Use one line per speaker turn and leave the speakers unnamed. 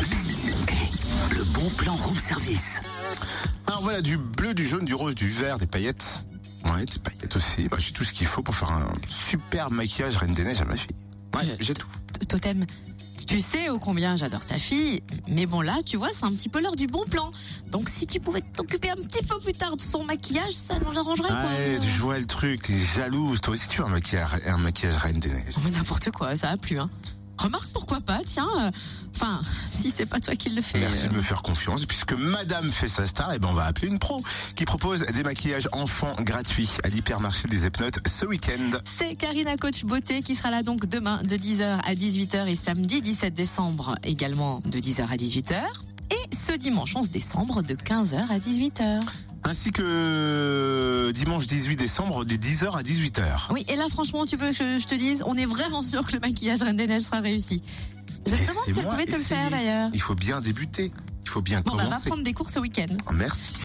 Eh, Le bon plan room service.
Alors voilà, du bleu, du jaune, du rose, du vert, des paillettes. Ouais, des paillettes aussi. Bah, j'ai tout ce qu'il faut pour faire un super maquillage Reine des Neiges à ma fille. Ouais, j'ai tout.
T- Totem, tu sais ô combien j'adore ta fille, mais bon là, tu vois, c'est un petit peu l'heure du bon plan. Donc si tu pouvais t'occuper un petit peu plus tard de son maquillage, ça nous arrangerait quoi.
Ouais, je vois le truc, t'es jalouse. Toi aussi, tu as un maquillage, un maquillage Reine des Neiges.
Oh, mais n'importe quoi, ça a plu hein. Remarque pourquoi pas, tiens. euh, Enfin, si c'est pas toi qui le fais.
Merci
euh,
de me faire confiance. Puisque Madame fait sa star, et ben on va appeler une pro qui propose des maquillages enfants gratuits à l'hypermarché des Epnotes ce week-end.
C'est Karina Coach Beauté qui sera là donc demain de 10h à 18h et samedi 17 décembre également de 10h à 18h. Et ce dimanche 11 décembre de 15h à 18h.
Ainsi que dimanche 18 décembre de 10h à 18h.
Oui, et là franchement, tu veux que je, je te dise, on est vraiment sûr que le maquillage Reine des Neiges sera réussi. Je me demande si elle
Laissez-moi
pouvait te le
essayer.
faire d'ailleurs.
Il faut bien débuter. Il faut bien
Bon, bah, va
commencer.
prendre des cours ce week-end.
Merci.